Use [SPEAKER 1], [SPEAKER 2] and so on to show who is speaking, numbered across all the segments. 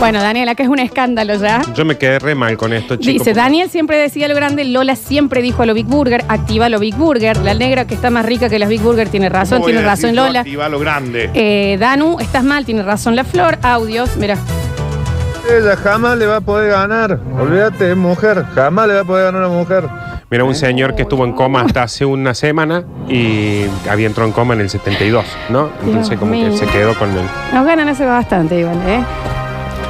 [SPEAKER 1] Bueno, Daniela, que es un escándalo ya.
[SPEAKER 2] Yo me quedé re mal con esto, chicos.
[SPEAKER 1] Dice, Daniel siempre decía lo grande, Lola siempre dijo a lo Big Burger, activa lo Big Burger, la negra que está más rica que las Big Burger tiene razón, tiene razón Lola.
[SPEAKER 2] Activa lo grande.
[SPEAKER 1] Eh, Danu, estás mal, tiene razón la flor, audios, mira.
[SPEAKER 3] Ella jamás le va a poder ganar. Olvídate, es mujer. Jamás le va a poder ganar una mujer.
[SPEAKER 2] Mira, un señor que estuvo en coma hasta hace una semana y había entrado en coma en el 72, ¿no? Entonces
[SPEAKER 1] Dios
[SPEAKER 2] como
[SPEAKER 1] mío.
[SPEAKER 2] que se quedó con el...
[SPEAKER 1] Nos ganan ese bastante igual, ¿eh?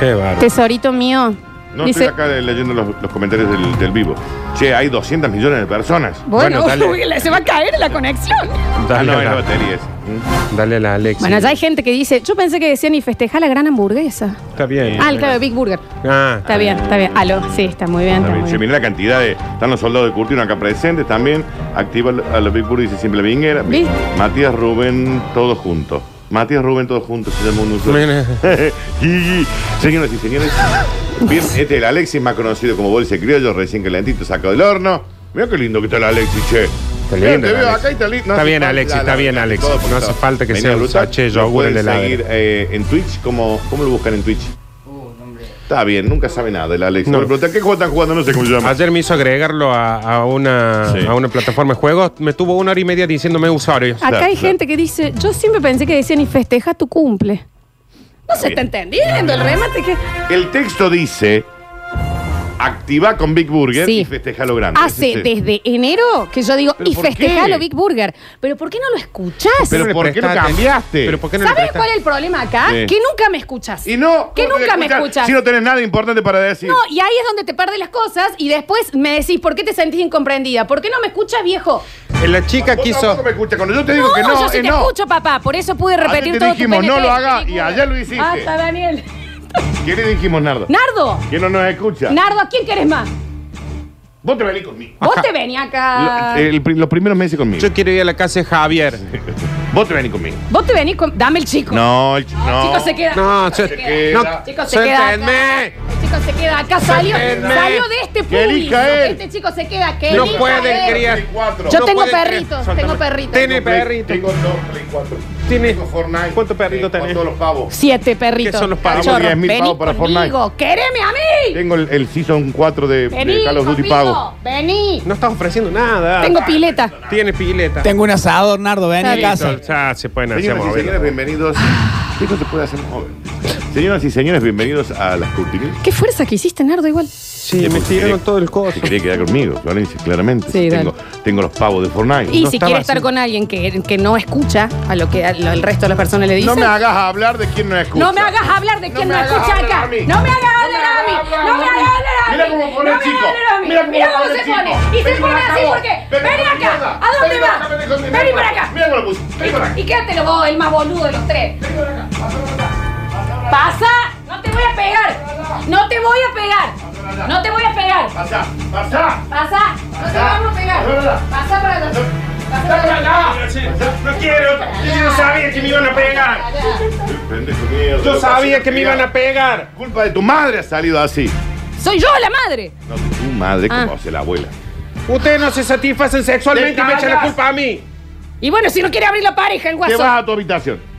[SPEAKER 2] Qué bárbaro.
[SPEAKER 1] Tesorito mío.
[SPEAKER 4] No
[SPEAKER 1] dice,
[SPEAKER 4] estoy acá leyendo los, los comentarios del, del vivo. Che, hay 200 millones de personas.
[SPEAKER 1] bueno,
[SPEAKER 2] Bueno, dale.
[SPEAKER 1] uy, se va a caer la conexión.
[SPEAKER 4] Ah,
[SPEAKER 2] Dale,
[SPEAKER 4] no, es
[SPEAKER 2] a
[SPEAKER 4] la
[SPEAKER 2] la,
[SPEAKER 4] batería esa.
[SPEAKER 2] dale a la Alexa.
[SPEAKER 1] Bueno, ya hay gente que dice, yo pensé que decían y festeja la gran hamburguesa.
[SPEAKER 2] Está bien.
[SPEAKER 1] Ah, el claro, Big Burger.
[SPEAKER 2] Ah,
[SPEAKER 1] Está bien, está bien. Aló, sí, está muy bien.
[SPEAKER 4] Está
[SPEAKER 1] Está
[SPEAKER 4] bien.
[SPEAKER 1] muy
[SPEAKER 4] Che,
[SPEAKER 1] bien.
[SPEAKER 4] mirá la cantidad de. Están los soldados de Curtino acá presentes también. Activa a los Big Burger, dice Simple Vinguera.
[SPEAKER 1] ¿Viste?
[SPEAKER 4] Matías Rubén, todos juntos. Matías Rubén, todos juntos, se llama un
[SPEAKER 2] Mira.
[SPEAKER 4] usuario. Gigi. Señoras y señores. Bien, este es el Alexis, más conocido como Bolsa Criollo, recién calentito, sacado del horno. Mira qué lindo que está el Alexis, che.
[SPEAKER 2] Está
[SPEAKER 4] Mirá,
[SPEAKER 2] lindo
[SPEAKER 4] te
[SPEAKER 2] el
[SPEAKER 4] veo
[SPEAKER 2] Alexis.
[SPEAKER 4] acá y está lindo.
[SPEAKER 2] Está bien, Alexis, está bien, Alexis. No hace falta que sea un sachet
[SPEAKER 4] yo
[SPEAKER 2] yogur en
[SPEAKER 4] pueden
[SPEAKER 2] la heladera.
[SPEAKER 4] seguir eh, en Twitch. ¿Cómo, ¿Cómo lo buscan en Twitch? Está bien, nunca sabe nada el Alexis.
[SPEAKER 2] No.
[SPEAKER 4] No. Me preguntan, ¿qué juego están jugando? No sé cómo se llama.
[SPEAKER 2] Ayer me hizo agregarlo a, a una,
[SPEAKER 4] Sí.
[SPEAKER 2] a una plataforma de juegos. Me tuvo una hora y media diciéndome usuarios.
[SPEAKER 1] Acá hay
[SPEAKER 4] Claro,
[SPEAKER 1] gente que dice, yo siempre pensé que decían y festeja tu cumple. No se está entendiendo el remate que...
[SPEAKER 4] El texto dice: activa con Big Burger
[SPEAKER 1] Sí. Ah,
[SPEAKER 4] y festeja lo grande.
[SPEAKER 1] Hace
[SPEAKER 4] Ese es el-
[SPEAKER 1] desde enero que yo digo,
[SPEAKER 4] ¿Pero
[SPEAKER 1] y
[SPEAKER 4] por qué?
[SPEAKER 1] festeja lo Big Burger. Pero ¿por qué no lo escuchás?
[SPEAKER 4] Pero
[SPEAKER 2] No le
[SPEAKER 4] ¿por qué lo
[SPEAKER 2] prestaste-
[SPEAKER 4] cambiaste?
[SPEAKER 2] ¿Pero por qué no le
[SPEAKER 1] ¿Sabes
[SPEAKER 2] prestaste?
[SPEAKER 1] cuál es el problema acá?
[SPEAKER 4] Sí.
[SPEAKER 1] Que nunca me escuchas.
[SPEAKER 4] Y no.
[SPEAKER 1] Que
[SPEAKER 4] ¿cómo te
[SPEAKER 1] nunca me escuchas.
[SPEAKER 4] Si no tenés nada importante para decir.
[SPEAKER 1] No, y ahí es donde te perdes las cosas y después me decís, ¿por qué te sentís incomprendida? ¿Por qué no me escuchas, viejo?
[SPEAKER 2] Eh, La chica
[SPEAKER 4] Vos
[SPEAKER 2] quiso...
[SPEAKER 4] tampoco me escuchas. Cuando yo te digo que no,
[SPEAKER 1] yo sí te
[SPEAKER 4] es no.
[SPEAKER 1] escucho, papá. Por eso pude repetir
[SPEAKER 4] te
[SPEAKER 1] todo
[SPEAKER 4] dijimos,
[SPEAKER 1] tu este
[SPEAKER 4] no
[SPEAKER 1] PNT,
[SPEAKER 4] lo haga,
[SPEAKER 1] Big
[SPEAKER 4] y
[SPEAKER 1] Burger.
[SPEAKER 4] ayer lo hiciste.
[SPEAKER 1] Hasta Daniel.
[SPEAKER 4] ¿Qué le dijimos, Nardo?
[SPEAKER 1] Nardo,
[SPEAKER 4] Que no nos escucha.
[SPEAKER 1] Nardo, ¿a quién querés más?
[SPEAKER 4] Vos te venís conmigo.
[SPEAKER 1] Vos te venís acá.
[SPEAKER 4] Lo- eh, el pri- los primeros meses conmigo.
[SPEAKER 2] Yo quiero ir a la casa de Javier.
[SPEAKER 4] Vos te venís conmigo.
[SPEAKER 1] Vos te venís con. Dame el chico.
[SPEAKER 4] No, el ch- no.
[SPEAKER 1] El chico se queda.
[SPEAKER 2] No, yo-
[SPEAKER 4] Se queda.
[SPEAKER 2] no,
[SPEAKER 1] El chico se queda acá.
[SPEAKER 2] suéltenme.
[SPEAKER 1] El chico se queda acá. Salió,
[SPEAKER 2] Suéltenme.
[SPEAKER 1] salió de este
[SPEAKER 4] Que
[SPEAKER 1] público.
[SPEAKER 4] elija él.
[SPEAKER 1] Este chico se queda. Que
[SPEAKER 2] No
[SPEAKER 1] elija
[SPEAKER 2] pueden
[SPEAKER 1] él.
[SPEAKER 2] criar-
[SPEAKER 1] Yo
[SPEAKER 2] No
[SPEAKER 1] tengo
[SPEAKER 2] pueden criar-
[SPEAKER 1] perritos.
[SPEAKER 2] Suéltame.
[SPEAKER 1] Tengo perritos.
[SPEAKER 2] Tiene perrito.
[SPEAKER 4] Tengo dos Play 4.
[SPEAKER 2] Tiene-
[SPEAKER 4] Tengo Fortnite.
[SPEAKER 2] ¿Cuánto perrito
[SPEAKER 4] Tengo
[SPEAKER 2] tenés?
[SPEAKER 4] Todos los pavos.
[SPEAKER 1] Siete perritos.
[SPEAKER 2] ¿Qué son los pavos?
[SPEAKER 1] Cachorro,
[SPEAKER 4] 10.000
[SPEAKER 1] vení
[SPEAKER 4] pavos para Fortnite.
[SPEAKER 1] conmigo. ¡Quéreme a mí!
[SPEAKER 4] Tengo el, el Season 4 de, de
[SPEAKER 1] Vení,
[SPEAKER 4] Call of Duty
[SPEAKER 1] conmigo,
[SPEAKER 4] pago.
[SPEAKER 1] Vení.
[SPEAKER 2] No estás ofreciendo nada.
[SPEAKER 1] Tengo pileta.
[SPEAKER 2] Tiene pileta.
[SPEAKER 5] Tengo un asador, Nardo, ven a
[SPEAKER 1] Está
[SPEAKER 5] casa.
[SPEAKER 2] Ya se pueden hacer
[SPEAKER 4] Señoras y
[SPEAKER 2] mover.
[SPEAKER 4] señores, bienvenidos. Esto se puede hacer joven. Señoras y señores, bienvenidos a las Curtinis.
[SPEAKER 1] Qué fuerza que hiciste, Nardo, igual.
[SPEAKER 2] Sí, me tiraron todo el coso.
[SPEAKER 4] Se quería quedar conmigo, Florencia, claramente.
[SPEAKER 1] Sí, dale.
[SPEAKER 4] tengo, tengo los pavos de Fortnite.
[SPEAKER 1] Y
[SPEAKER 2] No
[SPEAKER 1] si
[SPEAKER 2] estaba
[SPEAKER 1] quiere estar
[SPEAKER 2] así.
[SPEAKER 1] con alguien que, que no escucha a lo que a lo- el resto de las personas le
[SPEAKER 4] No
[SPEAKER 1] dicen.
[SPEAKER 4] me hagas hablar de quien no escucha.
[SPEAKER 1] No me hagas hablar de
[SPEAKER 4] No
[SPEAKER 1] quien
[SPEAKER 4] me
[SPEAKER 1] no,
[SPEAKER 4] hagas
[SPEAKER 1] escucha
[SPEAKER 4] hablar
[SPEAKER 1] acá.
[SPEAKER 4] a mí.
[SPEAKER 1] No me hagas
[SPEAKER 4] No me
[SPEAKER 1] hablar a
[SPEAKER 4] hagas
[SPEAKER 1] mí.
[SPEAKER 4] hablar
[SPEAKER 1] No
[SPEAKER 4] a
[SPEAKER 1] me
[SPEAKER 4] mí.
[SPEAKER 1] hagas hablar a mí.
[SPEAKER 4] Mira cómo pone
[SPEAKER 1] No
[SPEAKER 4] el
[SPEAKER 1] me
[SPEAKER 4] chico.
[SPEAKER 1] hagas hablar a mí.
[SPEAKER 4] Mira cómo pone el
[SPEAKER 1] se
[SPEAKER 4] chico.
[SPEAKER 1] pone. Y
[SPEAKER 4] Vení
[SPEAKER 1] se pone
[SPEAKER 4] acá
[SPEAKER 1] así
[SPEAKER 4] vos.
[SPEAKER 1] porque.
[SPEAKER 4] Vení
[SPEAKER 1] Vení
[SPEAKER 4] con
[SPEAKER 1] acá.
[SPEAKER 4] mierda.
[SPEAKER 1] ¿A dónde
[SPEAKER 4] Vení con acá, vení con
[SPEAKER 1] vas?
[SPEAKER 4] mierda.
[SPEAKER 1] Vení para acá.
[SPEAKER 4] Mira cómo lo puse. Vení para acá.
[SPEAKER 1] Y quédatelo vos, el más boludo de los tres. Pasa. No te voy a pegar. No te voy a pegar. No te voy a pegar.
[SPEAKER 4] Pasá, pasá.
[SPEAKER 1] Pasa. No te vamos a pegar. Pasa para los. Pasa para los.
[SPEAKER 2] No quiero. Yo sabía que me iban a pegar.
[SPEAKER 4] Pendejo mío,
[SPEAKER 2] Yo
[SPEAKER 4] lo
[SPEAKER 2] sabía
[SPEAKER 4] hacía
[SPEAKER 2] que me iban a
[SPEAKER 4] pegar.
[SPEAKER 2] pegar.
[SPEAKER 4] Culpa de tu madre ha salido así.
[SPEAKER 1] Soy yo la madre.
[SPEAKER 4] No, de tu madre
[SPEAKER 1] Ah.
[SPEAKER 4] como hace la abuela.
[SPEAKER 2] Ustedes no se satisfacen sexualmente y me echan la culpa a mí.
[SPEAKER 1] Y bueno, si no quiere abrir la pareja, el
[SPEAKER 4] Te
[SPEAKER 1] guaso.
[SPEAKER 4] vas a tu habitación.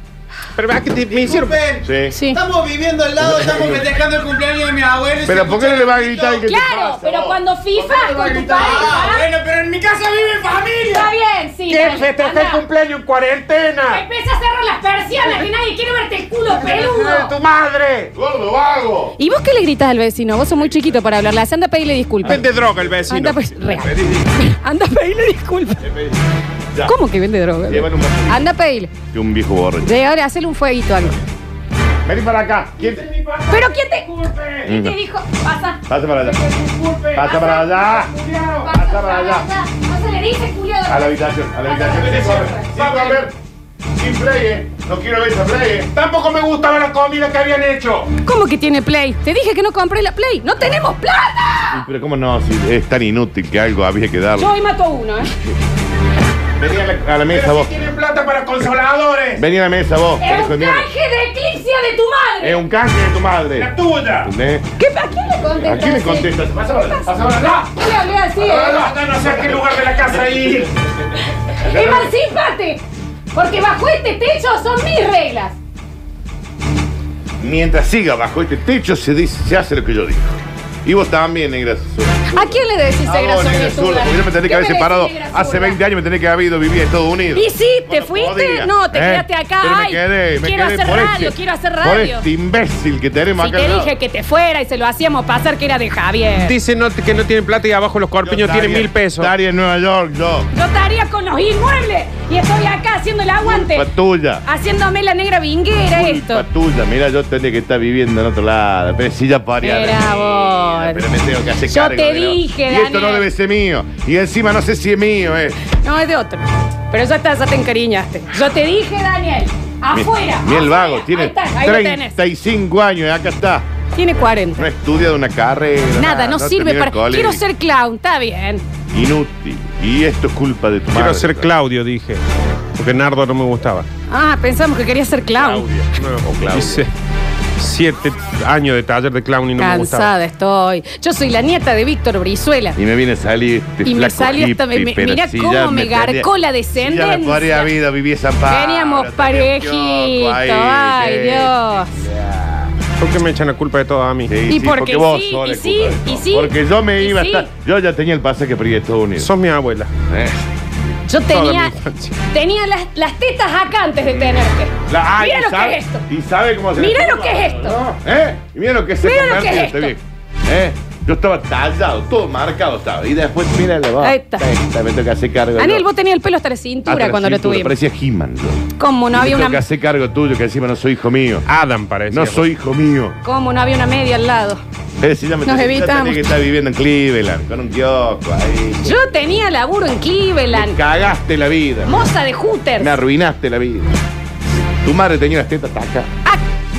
[SPEAKER 2] Pero vea que te- me hicieron.
[SPEAKER 4] Sí.
[SPEAKER 1] Sí.
[SPEAKER 5] Estamos viviendo al lado, estamos festejando el cumpleaños de mi abuelo. y
[SPEAKER 4] Pero
[SPEAKER 5] se
[SPEAKER 4] ¿por qué no le
[SPEAKER 5] escucha
[SPEAKER 4] vas a gritar que te
[SPEAKER 1] Claro,
[SPEAKER 4] pasa,
[SPEAKER 1] pero
[SPEAKER 4] vos?
[SPEAKER 1] cuando FIFA
[SPEAKER 4] ¿Por qué le vas a
[SPEAKER 1] con tu
[SPEAKER 4] gritar?
[SPEAKER 5] Ah,
[SPEAKER 1] pareja.
[SPEAKER 5] bueno, pero en mi casa vive familia.
[SPEAKER 1] Está bien, sí.
[SPEAKER 2] ¿Quién
[SPEAKER 1] dale,
[SPEAKER 2] festeja el
[SPEAKER 1] anda.
[SPEAKER 2] cumpleaños en cuarentena?
[SPEAKER 1] Empieza a cerrar las persianas que nadie quiere verte el culo
[SPEAKER 2] ¡De
[SPEAKER 1] peludo.
[SPEAKER 2] tu madre!
[SPEAKER 4] Gordo, vago.
[SPEAKER 1] ¿Y vos qué le gritas al vecino? Vos sos muy chiquito para hablarle. Así Anda a pedirle disculpas.
[SPEAKER 2] Vende droga el
[SPEAKER 1] Anda,
[SPEAKER 2] vecino.
[SPEAKER 1] pues, real. Anda a pedirle disculpas.
[SPEAKER 4] Ya.
[SPEAKER 1] ¿Cómo que vende droga?
[SPEAKER 4] Llévale un botellín.
[SPEAKER 1] Anda a pedirle.
[SPEAKER 4] Que un viejo borracho.
[SPEAKER 1] De ahora, hacerle un fueguito algo.
[SPEAKER 4] Vení para acá. ¿Quién te...
[SPEAKER 1] Pero ¿quién te, ¿quién te dijo? Pasa.
[SPEAKER 4] Pasa para allá. Pasa para allá.
[SPEAKER 1] Pasa
[SPEAKER 4] para allá.
[SPEAKER 1] No se le dice, culiado.
[SPEAKER 4] A la habitación. A la habitación. Sin correr. Sin play, eh. No quiero ver esa play. eh. Tampoco me gustaba la comida que habían hecho.
[SPEAKER 1] ¿Cómo que tiene Play? Te dije que no compré la Play. ¡No tenemos plata!
[SPEAKER 4] Pero cómo no, si es tan inútil que algo había que darle.
[SPEAKER 1] Ah. Yo hoy mato a uno, ¿eh?
[SPEAKER 4] Vení a la, a la mesa
[SPEAKER 2] Pero
[SPEAKER 4] vos.
[SPEAKER 2] si tienen plata para consoladores.
[SPEAKER 4] Vení a la mesa vos.
[SPEAKER 1] ¡Es
[SPEAKER 4] hijo de
[SPEAKER 1] un
[SPEAKER 4] mierda.
[SPEAKER 1] canje de eclipsia de tu madre!
[SPEAKER 4] Es un canje de tu madre.
[SPEAKER 2] La tuya.
[SPEAKER 4] ¿Entendés?
[SPEAKER 1] ¿Qué, ¿A quién le contestas?
[SPEAKER 4] ¿A quién le contestas? Pasá, pasá.
[SPEAKER 1] No le hablé así, ¿eh?
[SPEAKER 2] No, no sé a qué lugar de la casa ir.
[SPEAKER 1] ¡Emancípate! Porque bajo este techo son mis reglas.
[SPEAKER 4] Mientras siga bajo este techo, se, dice, se hace lo que yo digo. Y vos también, negra. zurda.
[SPEAKER 1] ¿A quién le decís
[SPEAKER 4] A
[SPEAKER 1] negra
[SPEAKER 4] Ah, vos, negra zurda, porque Yo me tenés que haber separado. Hace 20 años me tenés que haber ido vivir en Estados Unidos.
[SPEAKER 1] ¿Y sí? ¿Te
[SPEAKER 4] Bueno,
[SPEAKER 1] fuiste?
[SPEAKER 4] podía.
[SPEAKER 1] No, te
[SPEAKER 4] ¿Eh?
[SPEAKER 1] quedaste acá.
[SPEAKER 4] Pero me
[SPEAKER 1] Ay,
[SPEAKER 4] quedé, me
[SPEAKER 1] quiero
[SPEAKER 4] quedé
[SPEAKER 1] hacer
[SPEAKER 4] por
[SPEAKER 1] radio,
[SPEAKER 4] este-
[SPEAKER 1] quiero hacer
[SPEAKER 4] Por
[SPEAKER 1] radio.
[SPEAKER 4] este imbécil que tenemos
[SPEAKER 1] Si
[SPEAKER 4] acá.
[SPEAKER 1] te
[SPEAKER 4] al lado.
[SPEAKER 1] dije que te fuera y se lo hacíamos pasar que era de Javier.
[SPEAKER 2] Dice no- que no tienen plata y abajo los
[SPEAKER 4] Yo
[SPEAKER 2] corpiños tienen
[SPEAKER 4] estaría-
[SPEAKER 2] mil pesos.
[SPEAKER 4] Estaría en Nueva York, yo.
[SPEAKER 1] Yo estaría con los inmuebles y estoy acá haciendo el aguante.
[SPEAKER 4] Culpa tuya.
[SPEAKER 1] Haciéndome la negra vinguera esto.
[SPEAKER 4] Culpa tuya. Mira, yo tendría que estar viviendo en otro lado. Pero si ya paría.
[SPEAKER 1] Era vos.
[SPEAKER 4] Pero me tengo que hacer
[SPEAKER 1] Yo
[SPEAKER 4] cargo
[SPEAKER 1] te
[SPEAKER 4] de lo-
[SPEAKER 1] dije,
[SPEAKER 4] Y esto
[SPEAKER 1] Daniel.
[SPEAKER 4] no debe ser mío. Y encima no sé si es mío, eh.
[SPEAKER 1] No, es de otro. Pero ya está, ya te encariñaste. Yo te dije, Daniel, afuera.
[SPEAKER 4] Mira el
[SPEAKER 1] afuera.
[SPEAKER 4] vago, tiene
[SPEAKER 1] Ahí está, ahí lo tenés.
[SPEAKER 4] 35 años, eh, acá está.
[SPEAKER 1] Tiene 40.
[SPEAKER 4] No ha estudiado una carrera.
[SPEAKER 1] Nada, no, sirve
[SPEAKER 4] terminó el
[SPEAKER 1] para.
[SPEAKER 4] colegio.
[SPEAKER 1] Quiero ser clown, está bien.
[SPEAKER 4] Inútil. Y esto es culpa de tu
[SPEAKER 2] Quiero
[SPEAKER 4] madre.
[SPEAKER 2] ser Claudio, dije. Porque Nardo no me gustaba.
[SPEAKER 1] Ah, pensamos que quería ser clown.
[SPEAKER 4] Claudia. O Claudia.
[SPEAKER 2] Dice siete años de taller de clown y no me gustaba.
[SPEAKER 1] Cansada estoy. Yo soy la nieta de Víctor Brizuela.
[SPEAKER 4] Y me viene a salir este
[SPEAKER 1] Y me
[SPEAKER 4] flaco
[SPEAKER 1] salió hasta-
[SPEAKER 4] hippie,
[SPEAKER 1] me-
[SPEAKER 4] pero
[SPEAKER 1] mirá
[SPEAKER 4] si
[SPEAKER 1] cómo
[SPEAKER 4] ya
[SPEAKER 1] me
[SPEAKER 4] tendría-
[SPEAKER 1] garcó la
[SPEAKER 4] Si ya
[SPEAKER 1] descendencia.
[SPEAKER 4] me podría vida, viví en San Pablo.
[SPEAKER 1] Veníamos
[SPEAKER 4] tenía un kiosco
[SPEAKER 1] parejitos.
[SPEAKER 4] ahí,
[SPEAKER 1] Ay,
[SPEAKER 4] sí.
[SPEAKER 1] Dios.
[SPEAKER 2] ¿Por qué me echan la culpa de todo a mí?
[SPEAKER 4] Sí,
[SPEAKER 1] Y
[SPEAKER 4] sí,
[SPEAKER 1] porque
[SPEAKER 4] vos
[SPEAKER 1] sí,
[SPEAKER 4] sos
[SPEAKER 1] y
[SPEAKER 4] la
[SPEAKER 1] sí,
[SPEAKER 4] culpa de
[SPEAKER 1] y
[SPEAKER 4] todo.
[SPEAKER 1] sí.
[SPEAKER 4] Porque yo me
[SPEAKER 1] Y
[SPEAKER 4] iba
[SPEAKER 1] sí.
[SPEAKER 4] a estar. Yo ya tenía el pase que perdí a Estados Unidos.
[SPEAKER 2] Sos mi abuela.
[SPEAKER 4] Eh.
[SPEAKER 1] Yo tenía,
[SPEAKER 2] mi infancia.
[SPEAKER 1] tenía las, las tetas acá antes de tenerte.
[SPEAKER 4] La- ay,
[SPEAKER 1] Mira
[SPEAKER 4] y
[SPEAKER 1] lo
[SPEAKER 4] sabe-
[SPEAKER 1] que es esto.
[SPEAKER 4] Y sabe cómo se
[SPEAKER 1] Mira
[SPEAKER 4] le
[SPEAKER 1] lo
[SPEAKER 4] forma,
[SPEAKER 1] que es esto.
[SPEAKER 4] ¿no? ¿Eh? Y mira lo que se
[SPEAKER 1] Mira lo
[SPEAKER 4] convirtió
[SPEAKER 1] que es
[SPEAKER 4] este
[SPEAKER 1] esto.
[SPEAKER 4] viejo. ¿Eh? Yo estaba tallado, todo marcado estaba. Y después, mira la voz.
[SPEAKER 1] Ahí está.
[SPEAKER 4] Me tengo que hacer cargo.
[SPEAKER 1] Daniel,
[SPEAKER 4] yo.
[SPEAKER 1] vos tenías el pelo hasta la
[SPEAKER 4] Hasta
[SPEAKER 1] cintura
[SPEAKER 4] la
[SPEAKER 1] cuando lo
[SPEAKER 4] cintura,
[SPEAKER 1] tuvimos.
[SPEAKER 4] Parecía He-Man. yo.
[SPEAKER 1] ¿Cómo no
[SPEAKER 4] Me
[SPEAKER 1] había
[SPEAKER 4] tengo que
[SPEAKER 1] una
[SPEAKER 4] hacer cargo tuyo, que encima no soy hijo mío.
[SPEAKER 2] Adam parece.
[SPEAKER 4] No soy hijo mío.
[SPEAKER 1] cómo no había una media al lado?
[SPEAKER 4] Eh, si ya me
[SPEAKER 1] Nos
[SPEAKER 4] tenía- ya
[SPEAKER 1] evitamos.
[SPEAKER 4] tenía que estar viviendo en Cleveland, con un kiosco ahí.
[SPEAKER 1] Yo tenía laburo en
[SPEAKER 4] Me
[SPEAKER 1] Cleveland,
[SPEAKER 4] cagaste la vida.
[SPEAKER 1] moza de
[SPEAKER 4] Me
[SPEAKER 1] Hooters.
[SPEAKER 4] arruinaste la vida. Tu madre tenía las tetas acá.
[SPEAKER 1] Ah,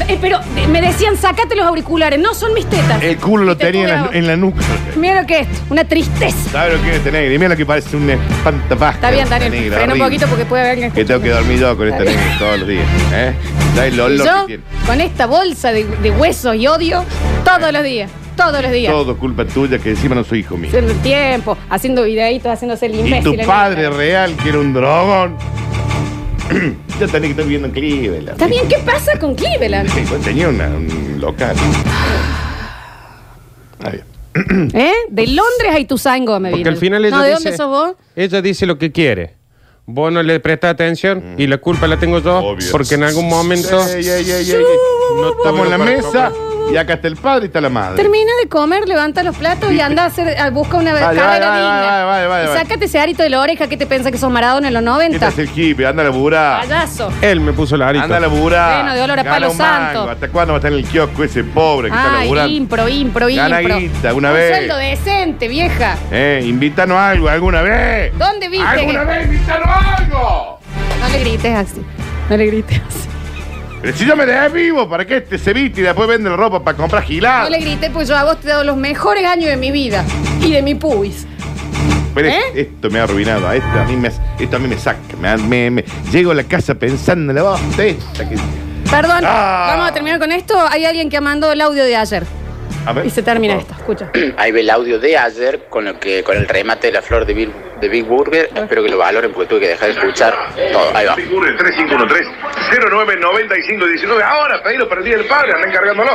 [SPEAKER 1] eh, pero eh, me decían, sacate los auriculares, no son mis tetas.
[SPEAKER 4] El culo lo
[SPEAKER 1] Y te
[SPEAKER 4] tenía en
[SPEAKER 1] tuve
[SPEAKER 4] la,
[SPEAKER 1] a-
[SPEAKER 4] en la nuca.
[SPEAKER 1] Mira lo que es, esto, una tristeza.
[SPEAKER 4] ¿Sabes lo que es esta negra? Y mira lo que parece un espantapasca.
[SPEAKER 1] Está bien, Daniel,
[SPEAKER 4] Negra,
[SPEAKER 1] frena un
[SPEAKER 4] horrible.
[SPEAKER 1] poquito porque puede haber alguien
[SPEAKER 4] Que tengo que dormir yo con esta
[SPEAKER 1] Está bien.
[SPEAKER 4] negra todos los días. ¿Eh? Ya el
[SPEAKER 1] Y
[SPEAKER 4] olor que
[SPEAKER 1] yo,
[SPEAKER 4] tiene.
[SPEAKER 1] con esta bolsa de, de huesos y odio, todos los días, todos los días.
[SPEAKER 4] Todo culpa tuya que encima no soy hijo mío.
[SPEAKER 1] Haciendo el tiempo, haciendo videitos, haciéndose el
[SPEAKER 4] Y
[SPEAKER 1] imbécil.
[SPEAKER 4] tu
[SPEAKER 1] en el-
[SPEAKER 4] padre real, que era un drogón. ya tenía que estar viviendo en Cleveland.
[SPEAKER 1] Está bien, ¿qué pasa con Cleveland?
[SPEAKER 4] Sí, pues tenía una- un local. Ah, bien.
[SPEAKER 1] ¿Eh? De Londres a Ituzaingó me
[SPEAKER 2] Porque
[SPEAKER 1] vino.
[SPEAKER 2] al final ella
[SPEAKER 1] No, ¿de
[SPEAKER 2] dice,
[SPEAKER 1] dónde sos vos?
[SPEAKER 2] Ella dice lo que quiere. Vos no le prestás atención y la culpa la tengo yo
[SPEAKER 4] Mm. Obvio.
[SPEAKER 2] porque en algún momento...
[SPEAKER 4] Ey, ey, ey, ey, ey.
[SPEAKER 2] No
[SPEAKER 4] Estamos en la
[SPEAKER 2] tuve
[SPEAKER 4] mesa y acá está el padre y está la madre.
[SPEAKER 1] Termina de comer, levanta los platos y anda a hacer, a- busca una
[SPEAKER 4] Vale,
[SPEAKER 1] carrera
[SPEAKER 4] vale, vale,
[SPEAKER 1] digna.
[SPEAKER 4] vale, vale, vale,
[SPEAKER 1] Y
[SPEAKER 4] vale.
[SPEAKER 1] sácate ese arito de la oreja que te piensa que sos Maradona en los
[SPEAKER 4] ¿Qué te
[SPEAKER 1] 90.
[SPEAKER 4] hace Este el hippie? Anda a laburar.
[SPEAKER 1] Payaso.
[SPEAKER 2] Él me puso la arita.
[SPEAKER 4] Anda a laburar.
[SPEAKER 1] Lleno de olor a
[SPEAKER 4] Gana
[SPEAKER 1] palo
[SPEAKER 4] un mango.
[SPEAKER 1] santo.
[SPEAKER 4] ¿Hasta cuándo va a estar en el kiosco ese pobre que está
[SPEAKER 1] Ay,
[SPEAKER 4] laburando?
[SPEAKER 1] impro, impro, impro.
[SPEAKER 4] Gana guita, una
[SPEAKER 1] Un
[SPEAKER 4] vez.
[SPEAKER 1] sueldo decente, vieja.
[SPEAKER 4] Eh, invítanos a algo alguna vez.
[SPEAKER 1] ¿Dónde viste
[SPEAKER 4] ¿Alguna
[SPEAKER 1] que-
[SPEAKER 4] vez invítanos a algo?
[SPEAKER 1] No le grites así. No le grites así.
[SPEAKER 4] Pero si yo me dejé vivo, ¿para qué este se viste y después vende la ropa para comprar
[SPEAKER 1] No
[SPEAKER 4] gilada?
[SPEAKER 1] le grites, pues yo a vos te he dado los mejores años de mi vida y de mi pubis.
[SPEAKER 4] Pero es-
[SPEAKER 1] ¿Eh?
[SPEAKER 4] esto me ha arruinado. Esto a mí me, esto a mí me saca. Me, me- me- llego a la casa pensando en la bosta esta que-
[SPEAKER 1] Perdón,
[SPEAKER 4] Ah.
[SPEAKER 1] vamos a terminar con esto. Hay alguien que mandó el audio de ayer
[SPEAKER 4] A ver. Oh.
[SPEAKER 1] y se termina esto. Escucha.
[SPEAKER 6] Ahí ve el audio de ayer con, lo que, con el remate de la flor de Big, de Big Burger. Espero que lo valoren porque tuve que dejar de escuchar todo. Ahí va.
[SPEAKER 7] 3513-099519. Ahora pedilo para el día del padre, anda encargándolo.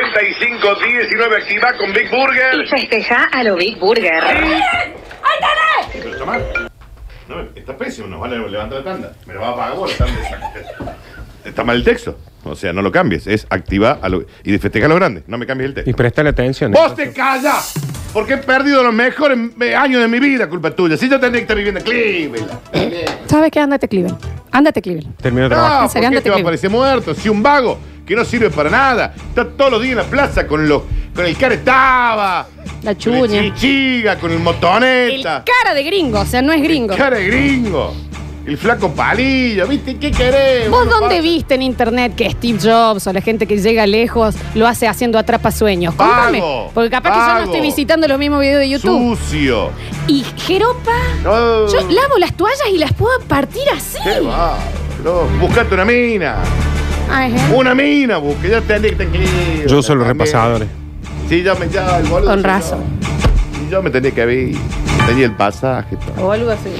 [SPEAKER 7] 3513-099519. Activa con Big Burger.
[SPEAKER 8] Y festeja a lo Big Burger.
[SPEAKER 4] ¿Quieres tomar? No, está pésimo, nos van a levantar la tanda. Me lo va a pagar vos, están desac- Está mal el texto. O sea, no lo cambies. Es activa a lo- y festeja lo grande. No me cambies el
[SPEAKER 2] Y
[SPEAKER 4] texto.
[SPEAKER 2] prestale atención. ¿eh?
[SPEAKER 4] ¡Vos te callas! Porque he perdido los mejores eh, años de mi vida, culpa tuya. Si yo tendría que estar viviendo en Cleveland.
[SPEAKER 1] ¿Sabes qué? Ándate, Cleveland. Ándate, Cleveland.
[SPEAKER 2] Termino de trabajar.
[SPEAKER 4] No,
[SPEAKER 1] en serio,
[SPEAKER 4] porque
[SPEAKER 1] ándate,
[SPEAKER 4] te va a
[SPEAKER 1] Cleveland.
[SPEAKER 4] parecer muerto. Si un vago que no sirve para nada. Está todos los días en la plaza con los con el caretaba.
[SPEAKER 1] La
[SPEAKER 4] Con el
[SPEAKER 1] chuña.
[SPEAKER 4] chichiga, con el
[SPEAKER 1] El
[SPEAKER 4] motoneta.
[SPEAKER 1] cara de gringo, o sea, no es gringo.
[SPEAKER 4] Cara de gringo. El flaco palillo, ¿viste? ¿Qué querés?
[SPEAKER 1] ¿Vos
[SPEAKER 4] Bueno,
[SPEAKER 1] dónde
[SPEAKER 4] pa-
[SPEAKER 1] viste en internet que Steve Jobs o la gente que llega lejos lo hace haciendo atrapasueños?
[SPEAKER 4] Vago,
[SPEAKER 1] Contame. Porque capaz que yo no
[SPEAKER 4] vago.
[SPEAKER 1] estoy visitando los mismos videos de YouTube.
[SPEAKER 4] Sucio.
[SPEAKER 1] Y Jeropa,
[SPEAKER 4] No.
[SPEAKER 1] yo lavo las toallas y las puedo partir así.
[SPEAKER 4] ¿Qué va? bro? Buscate una mina.
[SPEAKER 1] Ay, eh. gente.
[SPEAKER 4] Una mina, busque. Ya tendría que estar
[SPEAKER 2] Yo uso los repasadores.
[SPEAKER 4] Sí, ya me ya, el boludo.
[SPEAKER 1] Con
[SPEAKER 4] ya-
[SPEAKER 1] razón.
[SPEAKER 4] Y yo me tenía que haber. Tenía el pasaje. todo.
[SPEAKER 1] Boludo, sí.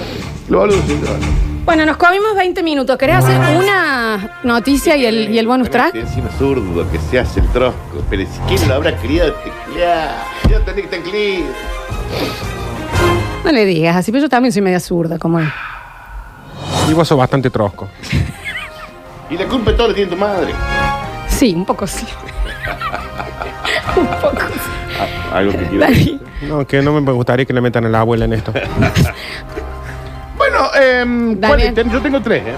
[SPEAKER 4] El boludo, sí, yo-
[SPEAKER 1] Bueno, nos comimos 20 minutos. ¿Querés hacer una noticia y el, y el bonus track?
[SPEAKER 4] Este Encima zurdo que se hace el trosco. Pero si quién lo habrá criado, teclear. Ya tenés que teclear.
[SPEAKER 1] No le digas así, pero yo también soy media zurda, como él.
[SPEAKER 2] Y vos sos bastante trosco.
[SPEAKER 4] Y la culpa de todo la tiene tu madre.
[SPEAKER 1] Sí, un poco sí. un poco sí.
[SPEAKER 4] Algo que quiero decir.
[SPEAKER 1] Dani.
[SPEAKER 2] No, que no me gustaría que le metan a la abuela en esto.
[SPEAKER 4] Bueno, eh,
[SPEAKER 1] Daniel.
[SPEAKER 4] yo tengo tres, ¿eh?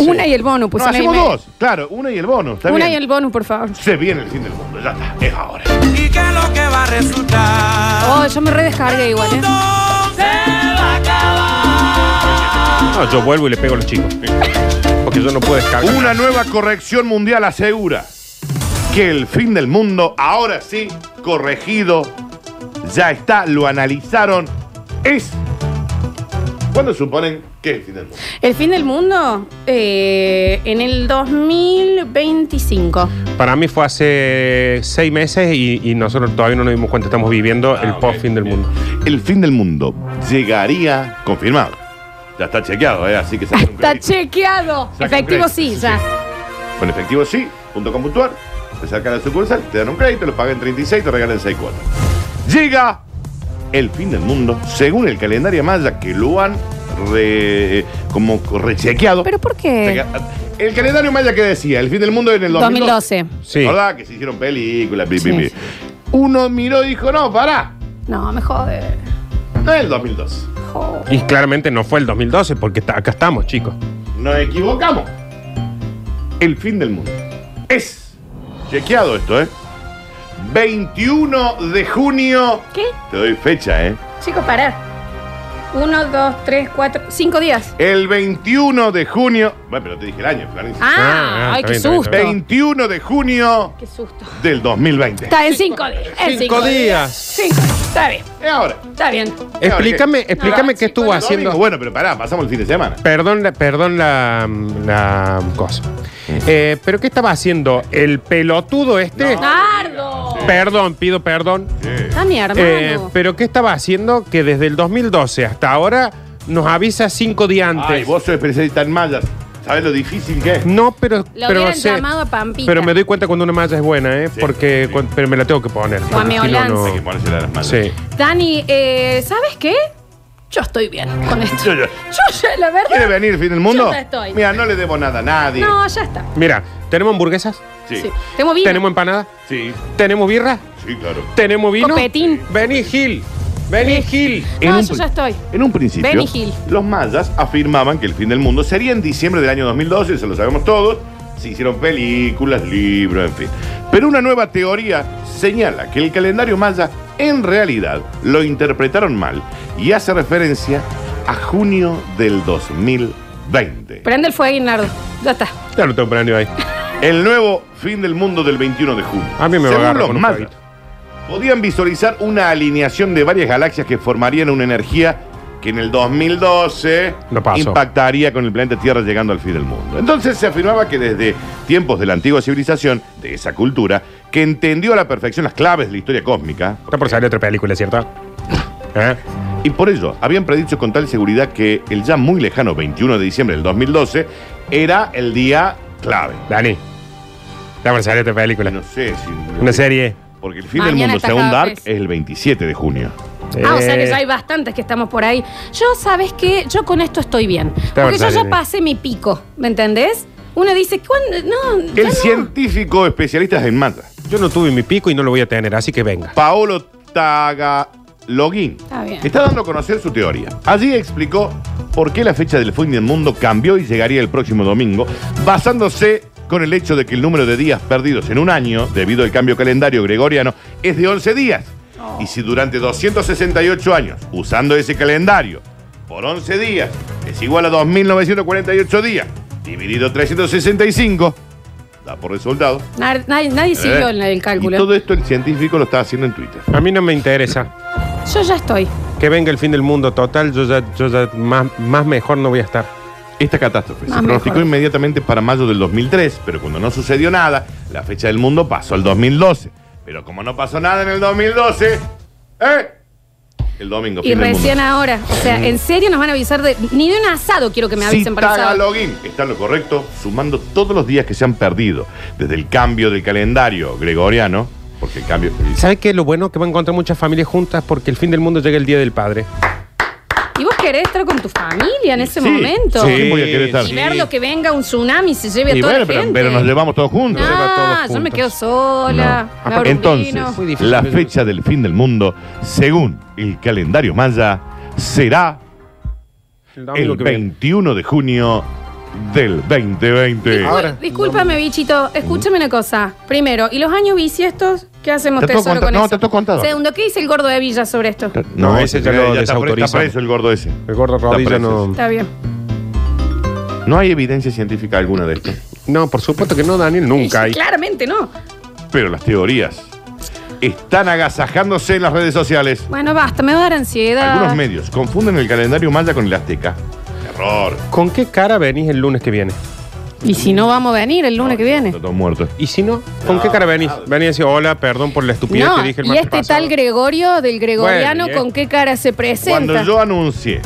[SPEAKER 1] una y el bonus,
[SPEAKER 4] No,
[SPEAKER 1] pues una y
[SPEAKER 4] hacemos
[SPEAKER 1] media.
[SPEAKER 4] dos. Claro, una y el bono. Está
[SPEAKER 1] Una y
[SPEAKER 4] bien.
[SPEAKER 1] el bonus, por favor.
[SPEAKER 4] Se viene el fin del mundo. Ya está. Es ahora.
[SPEAKER 9] ¿Y qué es lo que va a resultar?
[SPEAKER 1] Oh, yo me redescargué igual,
[SPEAKER 9] Se
[SPEAKER 1] ¿eh?
[SPEAKER 9] va a acabar.
[SPEAKER 2] No, yo vuelvo y le pego a los chicos. Porque yo no puedo descargar.
[SPEAKER 4] Una nueva corrección mundial asegura que el fin del mundo, ahora sí, corregido, ya está, lo analizaron, es... ¿Cuándo suponen que es el fin del mundo?
[SPEAKER 1] El fin del mundo eh, en el 2025.
[SPEAKER 2] Para mí fue hace seis meses y, y nosotros todavía no nos dimos cuenta. Estamos viviendo el
[SPEAKER 4] ok,
[SPEAKER 2] post-fin del mundo.
[SPEAKER 4] El fin del mundo llegaría confirmado. Ya está chequeado, ¿eh? así que saquen un
[SPEAKER 1] Está
[SPEAKER 4] crédito.
[SPEAKER 1] chequeado.
[SPEAKER 4] Saca un
[SPEAKER 1] Efectivo
[SPEAKER 4] crédito.
[SPEAKER 1] sí, ya.
[SPEAKER 4] Con efectivo sí, punto com puntual, te sacan la sucursal, te dan un crédito, lo pagan 36, te regalan 6 cuotas. Llega el fin del mundo, según el calendario maya que lo han re- como rechequeado.
[SPEAKER 1] ¿Pero eh. por qué?
[SPEAKER 4] El calendario maya que decía, el fin del mundo en el 2012.
[SPEAKER 1] 2012.
[SPEAKER 2] Sí.
[SPEAKER 4] ¿Verdad? Que se hicieron películas, pi, pi,
[SPEAKER 1] Sí.
[SPEAKER 4] pi. Uno miró y dijo, no, pará,
[SPEAKER 1] No, me jode.
[SPEAKER 4] no es el 2002.
[SPEAKER 1] jode.
[SPEAKER 2] Y claramente no fue el 2012 porque está- acá estamos, chicos.
[SPEAKER 4] Nos equivocamos. El fin del mundo. Es. Chequeado esto, ¿eh? 21 de junio.
[SPEAKER 1] ¿Qué?
[SPEAKER 4] Te doy fecha, ¿eh?
[SPEAKER 1] Chicos, parar. Uno, dos, tres, cuatro, cinco días.
[SPEAKER 4] El 21 de junio. Bueno, pero te dije el año, Florencia.
[SPEAKER 1] Ah,
[SPEAKER 2] Ah,
[SPEAKER 1] ay, qué
[SPEAKER 2] está bien, está bien,
[SPEAKER 1] susto.
[SPEAKER 2] está bien.
[SPEAKER 4] 21 de junio
[SPEAKER 1] Qué susto.
[SPEAKER 4] del 2020.
[SPEAKER 1] Está en cinco días. En cinco días. Cinco. Está bien,
[SPEAKER 4] Es ahora.
[SPEAKER 1] está bien.
[SPEAKER 2] Explícame,
[SPEAKER 1] No,
[SPEAKER 2] explícame qué estuvo
[SPEAKER 1] chicos,
[SPEAKER 2] haciendo.
[SPEAKER 4] Domingo, Bueno, pero pará, pasamos el fin de semana.
[SPEAKER 2] Perdón, la- perdón la, la cosa. Eh, ¿Pero qué estaba haciendo? ¿El pelotudo este?
[SPEAKER 1] ¡Nardo!
[SPEAKER 2] Perdón, pido perdón.
[SPEAKER 1] Está mi hermano.
[SPEAKER 2] Eh, ¿Pero qué estaba haciendo que desde el 2012 hasta ahora nos avisa cinco días antes?
[SPEAKER 4] Ay, vos sos especialista en mallas. ¿Sabes lo difícil que es?
[SPEAKER 2] No, pero.
[SPEAKER 1] Lo
[SPEAKER 2] pero
[SPEAKER 1] hubieran llamado a Pampita.
[SPEAKER 2] Pero me doy cuenta cuando una malla es buena, ¿eh? porque.
[SPEAKER 4] sí.
[SPEAKER 2] cuan- pero me la tengo que poner.
[SPEAKER 1] a
[SPEAKER 2] porque si
[SPEAKER 1] Meolance.
[SPEAKER 4] Hay que ponerse las mallas.
[SPEAKER 2] Sí.
[SPEAKER 1] Dani, eh, ¿sabes qué? Yo estoy bien con esto.
[SPEAKER 4] Yo, yo.
[SPEAKER 1] ya, la verdad.
[SPEAKER 4] ¿Quiere venir el fin del mundo?
[SPEAKER 1] Yo ya estoy.
[SPEAKER 4] Mira, no le debo nada a nadie.
[SPEAKER 1] No, ya está.
[SPEAKER 2] Mira, ¿tenemos hamburguesas?
[SPEAKER 4] Sí.
[SPEAKER 1] Sí. Tengo vino.
[SPEAKER 2] ¿Tenemos empanada?
[SPEAKER 4] Sí,
[SPEAKER 2] ¿Tenemos birra?
[SPEAKER 4] sí, claro.
[SPEAKER 2] ¿Tenemos vino?
[SPEAKER 1] Copetín.
[SPEAKER 2] Vení, Gil. Vení, Gil.
[SPEAKER 1] No,
[SPEAKER 4] un
[SPEAKER 1] yo
[SPEAKER 4] pri-
[SPEAKER 1] ya estoy.
[SPEAKER 4] En un principio,
[SPEAKER 1] Benny Hill.
[SPEAKER 4] los mayas afirmaban que el fin del mundo sería en diciembre del año 2012, eso lo sabemos todos. Se hicieron películas, libros, en fin. Pero una nueva teoría señala que el calendario maya en realidad lo interpretaron mal y hace referencia a junio del 2020.
[SPEAKER 1] Prende el fuego, Nardo. Ya está.
[SPEAKER 2] Ya lo tengo prendido ahí.
[SPEAKER 4] El nuevo fin del mundo del 21 de junio.
[SPEAKER 2] A mí me va a
[SPEAKER 4] Según
[SPEAKER 2] agarrar
[SPEAKER 4] los
[SPEAKER 2] con un
[SPEAKER 4] mayas,
[SPEAKER 2] fueguito.
[SPEAKER 4] podían visualizar una alineación de varias galaxias que formarían una energía que en el 2012
[SPEAKER 2] No pasó.
[SPEAKER 4] impactaría con el planeta Tierra llegando al fin del mundo. Entonces se afirmaba que desde tiempos de la antigua civilización, de esa cultura, que entendió a la perfección las claves de la historia cósmica,
[SPEAKER 2] Está por salir otra película, ¿cierto? ¿Eh?
[SPEAKER 4] y por ello habían predicho con tal seguridad que el ya muy lejano 21 de diciembre del 2012 era el día clave.
[SPEAKER 2] Dani. Está por salir otra película.
[SPEAKER 4] No sé si...
[SPEAKER 2] Una serie.
[SPEAKER 4] Porque el fin
[SPEAKER 1] Mañana
[SPEAKER 4] del mundo,
[SPEAKER 1] está
[SPEAKER 4] según
[SPEAKER 1] cada
[SPEAKER 4] Dark,
[SPEAKER 1] vez.
[SPEAKER 4] es el 27 de junio.
[SPEAKER 1] Ah, o sea que
[SPEAKER 2] Eh,
[SPEAKER 1] ya hay bastantes que estamos por ahí. Yo, ¿sabes qué? Yo con esto estoy bien. Porque yo
[SPEAKER 2] avanzando,
[SPEAKER 1] ya
[SPEAKER 2] eh.
[SPEAKER 1] pasé mi pico, ¿me entendés? Uno dice, ¿cuándo? No, ya
[SPEAKER 4] El
[SPEAKER 1] no.
[SPEAKER 4] científico especialista en mata,
[SPEAKER 2] Yo no tuve mi pico y no lo voy a tener, así que venga.
[SPEAKER 4] Paolo Tagalogin,
[SPEAKER 1] Está bien.
[SPEAKER 4] está dando a conocer su teoría. Allí explicó por qué la fecha del fin del mundo cambió y llegaría el próximo domingo, basándose con el hecho de que el número de días perdidos en un año, debido al cambio calendario gregoriano, es de 11 días.
[SPEAKER 1] Oh.
[SPEAKER 4] Y si durante 268 años, usando ese calendario, por 11 días, es igual a 2.948 días, dividido 365, da por resultado.
[SPEAKER 1] Nar- Nadie, nadie siguió
[SPEAKER 4] Eh,
[SPEAKER 1] el, el
[SPEAKER 4] Y todo
[SPEAKER 1] cálculo.
[SPEAKER 4] esto el científico lo está haciendo en Twitter.
[SPEAKER 2] A mí no me interesa.
[SPEAKER 1] Yo ya estoy.
[SPEAKER 2] Que venga el fin del mundo total, yo ya, yo ya más, más mejor no voy a estar.
[SPEAKER 4] Esta catástrofe
[SPEAKER 1] Más
[SPEAKER 4] se pronosticó
[SPEAKER 1] Ah, mejor.
[SPEAKER 4] inmediatamente para mayo del 2003, pero cuando no sucedió nada, la fecha del mundo pasó al 2012. Pero como no pasó nada en el 2012, ¿eh? El domingo.
[SPEAKER 1] Y
[SPEAKER 4] fin del
[SPEAKER 1] recién
[SPEAKER 4] mundo. Mm.
[SPEAKER 1] ahora. O sea, en serio nos van a avisar de. Ni de un asado quiero que me avisen para el
[SPEAKER 4] Cita
[SPEAKER 1] sábado.
[SPEAKER 4] login. Está en lo correcto, sumando todos los días que se han perdido, desde el cambio del calendario gregoriano, porque el cambio.
[SPEAKER 2] ¿Sabes qué es lo bueno? Que va a encontrar muchas familias juntas porque el fin del mundo llega el Día del Padre.
[SPEAKER 1] Y vos querés estar con tu familia en ese
[SPEAKER 4] Sí,
[SPEAKER 1] momento.
[SPEAKER 4] sí, voy a querer estar.
[SPEAKER 1] Y ver lo que venga un tsunami se lleve a
[SPEAKER 4] Y
[SPEAKER 1] toda
[SPEAKER 4] bueno,
[SPEAKER 1] la gente.
[SPEAKER 4] pero, pero nos llevamos todos juntos.
[SPEAKER 2] lleva a todos
[SPEAKER 1] Ah, yo me
[SPEAKER 2] juntos.
[SPEAKER 1] quedo sola.
[SPEAKER 4] No.
[SPEAKER 1] me abro un
[SPEAKER 4] Entonces,
[SPEAKER 1] vino.
[SPEAKER 2] Muy difícil,
[SPEAKER 4] la
[SPEAKER 2] pero-
[SPEAKER 4] fecha del fin del mundo, según el calendario maya, será
[SPEAKER 2] domingo
[SPEAKER 4] el
[SPEAKER 2] que viene.
[SPEAKER 4] 21 de junio del 2020.
[SPEAKER 1] Discul-
[SPEAKER 2] Ahora.
[SPEAKER 1] Discúlpame, bichito. Escúchame una cosa. Primero, ¿y los años bisiestos? ¿Qué hacemos
[SPEAKER 4] Está todo
[SPEAKER 1] tesoro
[SPEAKER 4] contado.
[SPEAKER 1] con
[SPEAKER 4] No,
[SPEAKER 1] eso?
[SPEAKER 4] está todo contado.
[SPEAKER 1] Segundo, ¿qué dice el gordo de Villa sobre esto?
[SPEAKER 2] No, ese ya lo
[SPEAKER 4] ya está pre-
[SPEAKER 2] desautorizamos.
[SPEAKER 4] Está preso el gordo ese.
[SPEAKER 2] El gordo
[SPEAKER 4] Está
[SPEAKER 2] rodilla
[SPEAKER 4] preso.
[SPEAKER 2] no.
[SPEAKER 1] Está bien.
[SPEAKER 4] No hay evidencia científica alguna de esto,
[SPEAKER 2] No, por supuesto que no, Daniel, nunca hay.
[SPEAKER 1] Claramente no.
[SPEAKER 4] pero las teorías están agasajándose en las redes sociales.
[SPEAKER 1] Bueno, basta, me va a dar ansiedad.
[SPEAKER 4] Algunos medios confunden el calendario maya con el azteca. Error.
[SPEAKER 2] ¿Con qué cara venís el lunes que viene?
[SPEAKER 1] Y si no vamos a venir el lunes que viene.
[SPEAKER 4] Está todo muerto.
[SPEAKER 2] Y si no, ¿con qué cara venís? Venís a decir, hola, perdón por la estupidez
[SPEAKER 1] No,
[SPEAKER 2] que dije el
[SPEAKER 1] y
[SPEAKER 2] martes
[SPEAKER 1] este
[SPEAKER 2] pasado.
[SPEAKER 1] tal Gregorio del Gregoriano,
[SPEAKER 2] Bueno, y
[SPEAKER 1] ¿con
[SPEAKER 2] este-
[SPEAKER 1] qué cara se presenta?
[SPEAKER 4] Cuando yo anuncié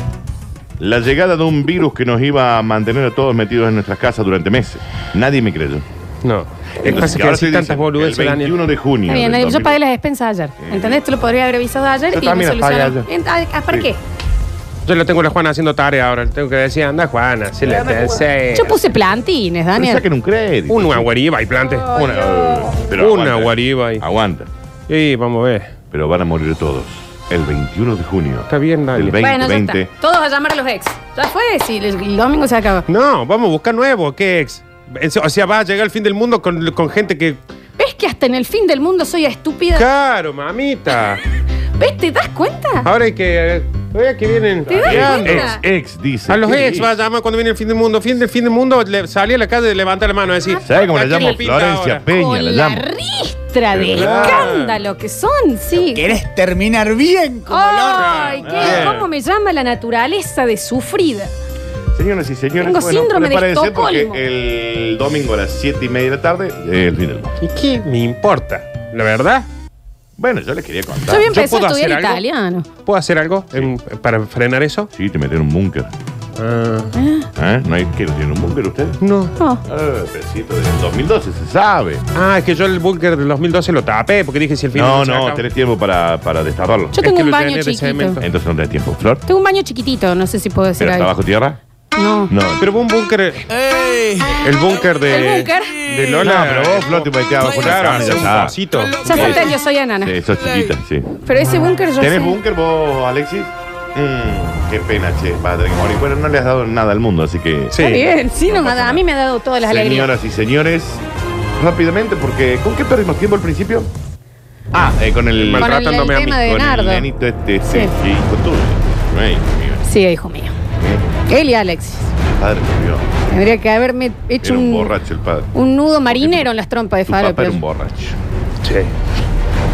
[SPEAKER 4] la llegada de un virus que nos iba a mantener a todos metidos en nuestras casas durante meses, nadie me creyó.
[SPEAKER 2] No. Es
[SPEAKER 4] Entonces,
[SPEAKER 2] pasa que
[SPEAKER 4] ahora
[SPEAKER 2] así
[SPEAKER 4] te
[SPEAKER 2] tantas
[SPEAKER 4] dicen,
[SPEAKER 2] boludeces,
[SPEAKER 4] El 21
[SPEAKER 2] Daniel.
[SPEAKER 4] de junio.
[SPEAKER 1] Está bien,
[SPEAKER 4] del
[SPEAKER 1] yo
[SPEAKER 4] 2000.
[SPEAKER 1] pagué las expensas ayer. ¿Entendés? Te lo podría haber avisado ayer
[SPEAKER 4] Yo
[SPEAKER 1] y me
[SPEAKER 4] también las pagué
[SPEAKER 1] solucionó.
[SPEAKER 4] ayer.
[SPEAKER 1] Ent- ah, ¿Para
[SPEAKER 4] Sí.
[SPEAKER 1] qué?
[SPEAKER 2] Yo lo tengo a la Juana haciendo tarea ahora. Le tengo que decir, anda Juana, si le pensé.
[SPEAKER 1] Yo puse plantines,
[SPEAKER 4] Eh. Pero saquen
[SPEAKER 1] Daniel.
[SPEAKER 4] un crédito.
[SPEAKER 2] Una guariba y plante.
[SPEAKER 4] Una,
[SPEAKER 2] Una
[SPEAKER 4] aguanta,
[SPEAKER 2] guariba y-
[SPEAKER 4] Aguanta.
[SPEAKER 2] Y vamos a ver.
[SPEAKER 4] Pero van a morir todos. El 21 de junio.
[SPEAKER 2] Está bien, Daniel.
[SPEAKER 4] El 20,
[SPEAKER 1] bueno, ya está.
[SPEAKER 4] 20.
[SPEAKER 1] Todos a llamar a los ex. Ya fue, si el, el domingo se acaba.
[SPEAKER 2] No, vamos a buscar nuevo, ¿qué ex? En se- O sea, va a llegar el fin del mundo con, con gente que.
[SPEAKER 1] ¿Ves que hasta en el fin del mundo soy estúpida?
[SPEAKER 2] ¡Claro, mamita!
[SPEAKER 1] ¿Ves? ¿Te das
[SPEAKER 4] Ah,
[SPEAKER 1] cuenta?
[SPEAKER 2] Ahora hay que. Todavía que vienen.
[SPEAKER 1] ¿Te das
[SPEAKER 2] Ya,
[SPEAKER 1] cuenta?
[SPEAKER 2] eh,
[SPEAKER 4] Ex, ex, dice.
[SPEAKER 2] A los
[SPEAKER 4] ¿Qué
[SPEAKER 2] ex va a
[SPEAKER 4] dice?
[SPEAKER 2] llamar cuando viene el fin del mundo. Fin del fin del mundo, le, salí a la calle, levanta la mano, decir.
[SPEAKER 4] ¿Sabe cómo la llamo?
[SPEAKER 2] pinta
[SPEAKER 4] Florencia
[SPEAKER 2] ahora?
[SPEAKER 4] Peña, la
[SPEAKER 1] Con la
[SPEAKER 4] llamo.
[SPEAKER 1] ristra de
[SPEAKER 4] Claro.
[SPEAKER 1] escándalo que son, sí.
[SPEAKER 9] ¿Querés terminar bien con
[SPEAKER 1] Ay, qué-
[SPEAKER 2] Bien.
[SPEAKER 1] ¿cómo me llama la naturaleza de sufrida?
[SPEAKER 4] Señoras y señores,
[SPEAKER 1] Tengo síndrome de
[SPEAKER 4] prepárense
[SPEAKER 1] Estocolmo.
[SPEAKER 4] porque el domingo a las 7 y media de la tarde, eh, el fin del mundo.
[SPEAKER 2] ¿Y qué me importa? ¿La verdad?
[SPEAKER 4] Bueno, yo les quería
[SPEAKER 1] Yo
[SPEAKER 4] contar.
[SPEAKER 1] había
[SPEAKER 2] ¿yo
[SPEAKER 1] empezado
[SPEAKER 2] puedo
[SPEAKER 1] a estudiar
[SPEAKER 2] hacer algo?
[SPEAKER 1] italiano.
[SPEAKER 2] ¿Puedo hacer algo en- para frenar eso?
[SPEAKER 4] Sí, te metieron en un búnker.
[SPEAKER 2] Ah,
[SPEAKER 4] ¿Eh? ¿No hay que tienen un búnker ustedes?
[SPEAKER 2] no.
[SPEAKER 1] No.
[SPEAKER 4] Ah, pero sí, desde el 2012 se sabe.
[SPEAKER 2] Ah, es que yo el búnker del 2012 lo tapé porque dije si el fin
[SPEAKER 4] No,
[SPEAKER 2] del mundo se
[SPEAKER 4] no,
[SPEAKER 2] acaba.
[SPEAKER 4] tenés tiempo para, para destaparlo.
[SPEAKER 1] Yo
[SPEAKER 2] Es
[SPEAKER 1] tengo
[SPEAKER 2] que
[SPEAKER 1] un
[SPEAKER 2] lo
[SPEAKER 1] baño
[SPEAKER 2] llené de
[SPEAKER 1] chiquito.
[SPEAKER 2] cemento.
[SPEAKER 4] Entonces no tenés tiempo, Flor.
[SPEAKER 1] Tengo un baño chiquitito, no sé si puedo decir
[SPEAKER 4] ¿Pero está
[SPEAKER 1] algo.
[SPEAKER 4] bajo tierra?
[SPEAKER 1] No.
[SPEAKER 4] No.
[SPEAKER 2] Pero fue un búnker. eh. El búnker de.
[SPEAKER 1] ¿El búnker?
[SPEAKER 2] De Lola.
[SPEAKER 4] No, pero vos, Flor, te metiste abajo una
[SPEAKER 2] Claro,
[SPEAKER 4] cama, ya
[SPEAKER 2] hacer un
[SPEAKER 4] está.
[SPEAKER 2] vasito.
[SPEAKER 1] Ya se entendió, soy enana.
[SPEAKER 4] Sí, sos chiquita, sí.
[SPEAKER 1] Pero ese búnker yo sé.
[SPEAKER 4] ¿Tenés búnker vos, Alexis? Mm, qué pena, che, vas a tener que morir. Bueno, no le has dado nada al mundo, así que...
[SPEAKER 2] Sí.
[SPEAKER 1] Está bien, sí, no me ha dado- a mí me ha dado todas las alegrías.
[SPEAKER 4] Señoras y señores, rápidamente, porque ¿con qué perdimos tiempo al principio? Ah, eh, con el...
[SPEAKER 1] Con el,
[SPEAKER 2] Maltratándome a mí,
[SPEAKER 1] tema de
[SPEAKER 4] con el
[SPEAKER 1] Nardo.
[SPEAKER 4] nenito este, este,
[SPEAKER 1] Sí.
[SPEAKER 4] sí, hijo tuyo. Ay, Dios mío.
[SPEAKER 1] Sí, hijo mío.
[SPEAKER 4] Eh,
[SPEAKER 1] Él y Alexis.
[SPEAKER 4] Padre mío.
[SPEAKER 1] Tendría que haberme hecho
[SPEAKER 4] Era un
[SPEAKER 1] un,
[SPEAKER 4] borracho el padre.
[SPEAKER 1] un nudo marinero en las trompas de
[SPEAKER 4] Tu papá era un
[SPEAKER 1] Falopio.
[SPEAKER 4] borracho.
[SPEAKER 2] Sí.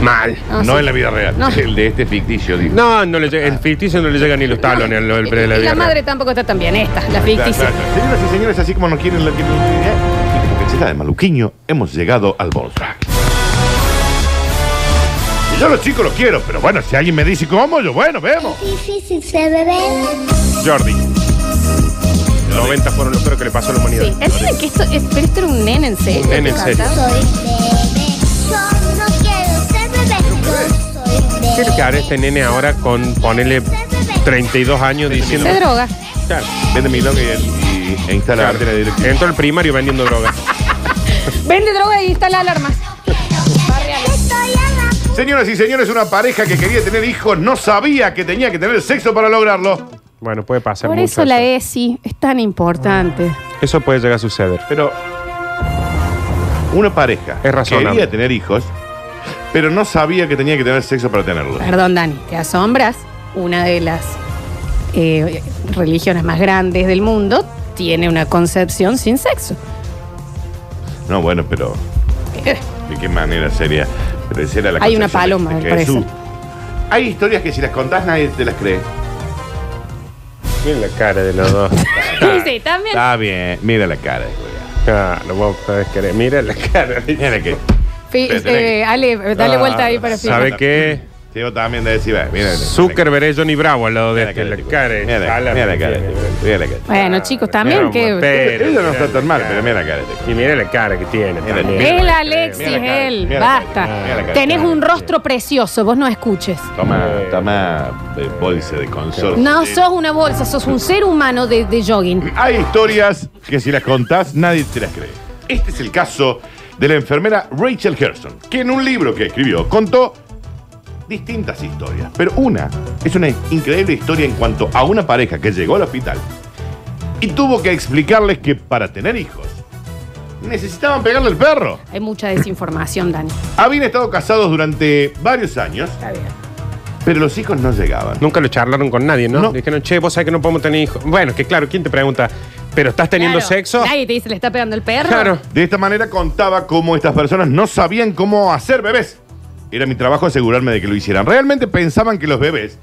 [SPEAKER 2] Mal.
[SPEAKER 1] Ah,
[SPEAKER 4] no
[SPEAKER 1] sí.
[SPEAKER 4] en la vida real.
[SPEAKER 1] No.
[SPEAKER 4] El de este ficticio, digo.
[SPEAKER 2] No, no le llega- el ficticio no le llega ni los talones al al- de la
[SPEAKER 1] Y
[SPEAKER 2] vida.
[SPEAKER 1] la madre tampoco está tan bien, esta, la ficticia.
[SPEAKER 4] Señoras y señores, así como no quieren la quieren. eh, y como cacheta de maluquiño, hemos llegado al bonus track. Y yo a los chicos los quiero, pero bueno, si alguien me dice cómo, yo bueno, vemos.
[SPEAKER 10] Difícil se bebe.
[SPEAKER 2] Jordi. 90 fueron los peores que le pasó a la humanidad.
[SPEAKER 1] Sí, entienden que esto, es, pero esto era un nene en serio.
[SPEAKER 2] Un nene en serio.
[SPEAKER 10] Soy bebé. Yo no quiero ser bebé. Yo soy bebé.
[SPEAKER 2] ¿Qué es lo que hará este nene ahora con ponerle 32 años diciendo.
[SPEAKER 1] Se droga.
[SPEAKER 2] Claro.
[SPEAKER 4] Ah, Vende mi logo y, el- y- e instala la antena directa.
[SPEAKER 2] Entró al primario vendiendo drogas.
[SPEAKER 1] Vende droga y instala alarmas.
[SPEAKER 10] Estoy a la
[SPEAKER 4] Señoras y señores, una pareja que quería tener hijos no sabía que tenía que tener sexo para lograrlo.
[SPEAKER 2] Bueno, puede pasar.
[SPEAKER 1] Por
[SPEAKER 2] mucho
[SPEAKER 1] eso la ESI es tan importante.
[SPEAKER 2] Eso puede llegar a suceder.
[SPEAKER 4] Pero una pareja
[SPEAKER 2] Es razonable.
[SPEAKER 4] quería tener hijos, pero no sabía que tenía que tener sexo para tenerlos.
[SPEAKER 1] Perdón, Dani, te asombras. Una de las eh, religiones más grandes del mundo tiene una concepción sin sexo.
[SPEAKER 4] No, bueno, pero. ¿De qué manera sería? Pero esa era la
[SPEAKER 1] Hay una
[SPEAKER 4] concepción de-
[SPEAKER 1] paloma,
[SPEAKER 4] de
[SPEAKER 1] me parece.
[SPEAKER 4] Jesús. Hay historias que si las contás nadie te las cree.
[SPEAKER 2] Miren la cara de los dos.
[SPEAKER 1] sí, también.
[SPEAKER 4] Está bien, mira la cara.
[SPEAKER 2] Claro, Ah, vos podés querer. Mira la cara.
[SPEAKER 4] Mira que.
[SPEAKER 1] Fi-
[SPEAKER 4] Pero tenés
[SPEAKER 1] eh, Ale, dale vuelta ahí para
[SPEAKER 2] ¿Sabe
[SPEAKER 1] fijar.
[SPEAKER 2] qué?
[SPEAKER 4] Sí, vos también de decir, va, mira.
[SPEAKER 2] Zuckerberg es Johnny Bravo al lado de este. La cara es
[SPEAKER 4] Mira la cara.
[SPEAKER 2] ala,
[SPEAKER 4] Mira la cara.
[SPEAKER 2] tiene.
[SPEAKER 4] Mira la cara.
[SPEAKER 1] Bueno, chicos, también
[SPEAKER 2] Pero,
[SPEAKER 1] que.
[SPEAKER 2] pero,
[SPEAKER 4] Ella no está
[SPEAKER 2] la
[SPEAKER 4] tan mal,
[SPEAKER 2] cara.
[SPEAKER 4] pero mira la cara.
[SPEAKER 2] Y mira la cara que tiene.
[SPEAKER 4] Mira,
[SPEAKER 2] también.
[SPEAKER 4] mira.
[SPEAKER 1] Él, Alexis,
[SPEAKER 4] Mira la cara,
[SPEAKER 1] él.
[SPEAKER 4] mira la cara, mira la
[SPEAKER 1] Basta.
[SPEAKER 4] cara.
[SPEAKER 1] Tenés un rostro precioso, vos no escuches.
[SPEAKER 4] Toma, toma eh, bolsa de consorcio.
[SPEAKER 1] No sos una bolsa, sos un ser humano de, de jogging.
[SPEAKER 4] Hay historias que si las contás nadie te las cree. Este es el caso de la enfermera Rachel Herson, que en un libro que escribió contó distintas historias, pero una es una increíble historia en cuanto a una pareja que llegó al hospital y tuvo que explicarles que para tener hijos necesitaban pegarle al perro.
[SPEAKER 1] Hay mucha desinformación, Dani.
[SPEAKER 4] Habían estado casados durante varios años,
[SPEAKER 1] Está bien.
[SPEAKER 4] pero los hijos no llegaban.
[SPEAKER 2] Nunca lo charlaron con nadie, ¿no?
[SPEAKER 4] No.
[SPEAKER 2] Dijeron, che, vos sabés que no podemos tener hijos. Bueno, que claro, ¿quién te pregunta? ¿Pero estás teniendo
[SPEAKER 1] Claro.
[SPEAKER 2] sexo?
[SPEAKER 1] Nadie te dice, le está pegando el perro.
[SPEAKER 2] Claro.
[SPEAKER 4] De esta manera contaba cómo estas personas no sabían cómo hacer bebés. Era mi trabajo asegurarme de que lo hicieran. Realmente pensaban que los bebés